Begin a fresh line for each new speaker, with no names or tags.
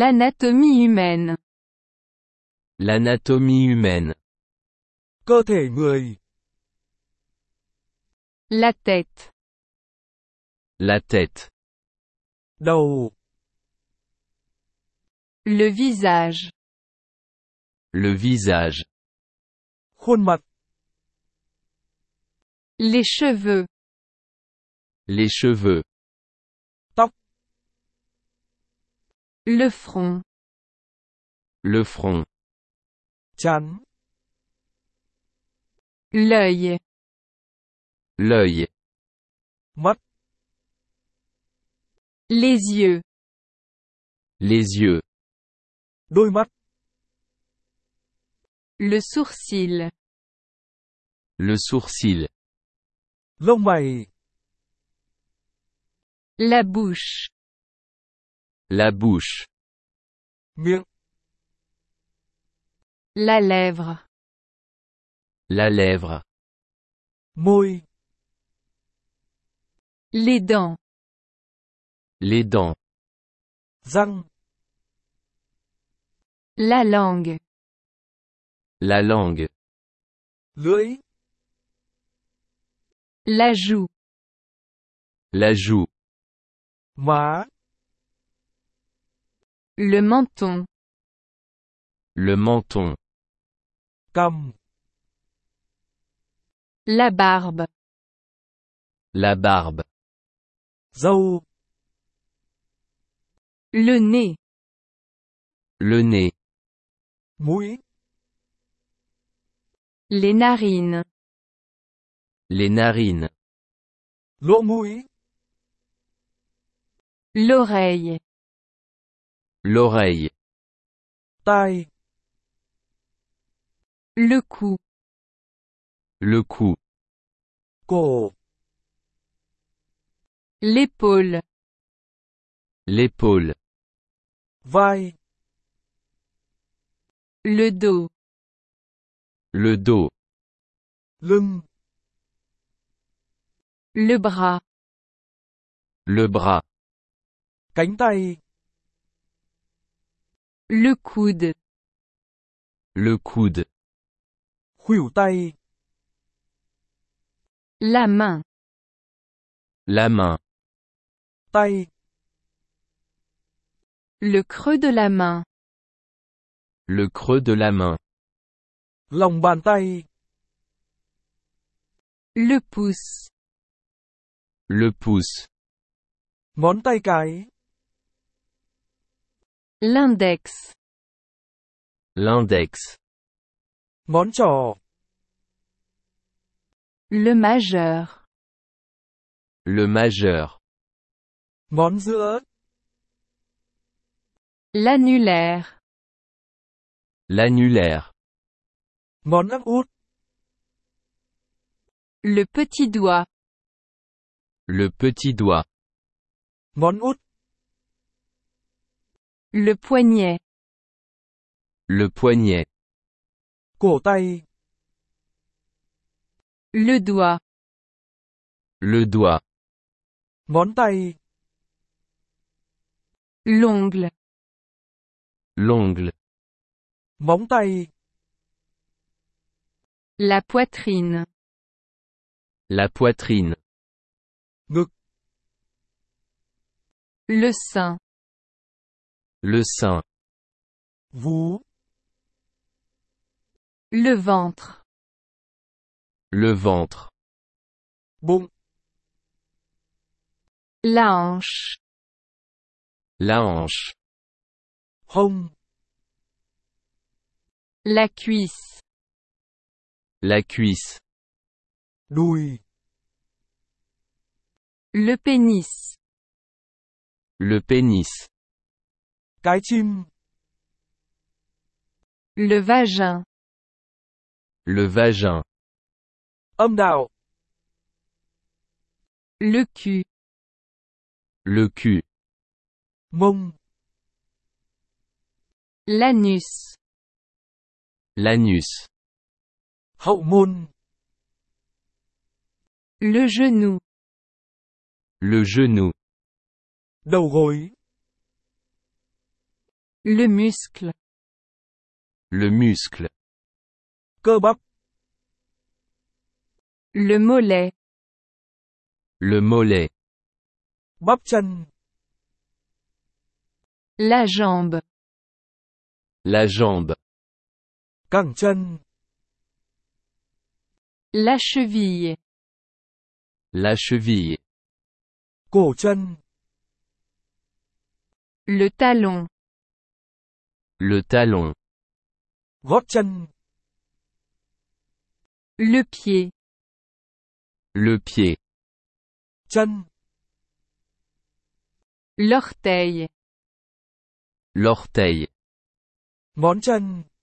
L'anatomie humaine.
L'anatomie humaine.
cơ thể người,
La tête.
La tête.
đầu,
Le visage.
Le visage.
khuôn mặt,
Les cheveux.
Les cheveux.
Le front.
Le front.
chán,
L'œil.
L'œil.
mắt,
Les yeux.
Les yeux.
đôi mắt,
Le sourcil.
Le sourcil.
lông mày,
La bouche.
La bouche.
miệng,
La lèvre.
La lèvre.
môi,
Les dents.
Les dents.
răng,
La langue.
La langue.
lưỡi,
La joue.
La joue.
má,
Le menton.
Le menton.
cằm,
La barbe.
La barbe.
râu,
Le nez.
Le nez.
mũi,
Les narines.
Les narines.
lỗ mũi,
L'oreille.
L'oreille.
tai,
Le cou.
Le cou.
cổ,
L'épaule.
L'épaule.
vai,
Le dos.
Le dos.
lưng,
Le bras.
Le bras.
cánh tay,
Le coude.
Le coude.
khuỷu tay,
La main.
La main.
tay,
Le creux de la main.
Le creux de la main.
lòng bàn tay,
Le pouce.
Le pouce.
ngón tay cái,
L'index.
L'index.
ngón trỏ,
Le majeur.
Le majeur.
ngón giữa,
L'annulaire.
L'annulaire.
ngón áp út,
Le petit doigt.
Le petit doigt.
ngón út,
Le poignet.
Le poignet.
cổ tay,
Le doigt.
Le doigt.
ngón tay,
L'ongle.
L'ongle.
móng tay,
La poitrine.
La poitrine.
ngực,
Le sein.
Le sein.
vú,
Le ventre.
Le ventre.
bụng,
La hanche.
La hanche.
hông,
La cuisse.
La cuisse.
đùi,
Le pénis.
Le pénis.
cái chim,
Le vagin.
Le vagin.
âm đạo,
Le cul.
Le cul.
mông,
L'anus.
L'anus.
hậu môn,
Le genou.
Le genou.
đầu gối,
le muscle,
le muscle,
cơ bắp,
le mollet,
le mollet,
bắp chân,
la jambe,
la jambe,
cẳng chân,
la cheville,
la cheville,
cổ chân,
le talon,
le talon,
gót chân,
le pied,
le pied,
chân,
l'orteil,
l'orteil,
ngón chân,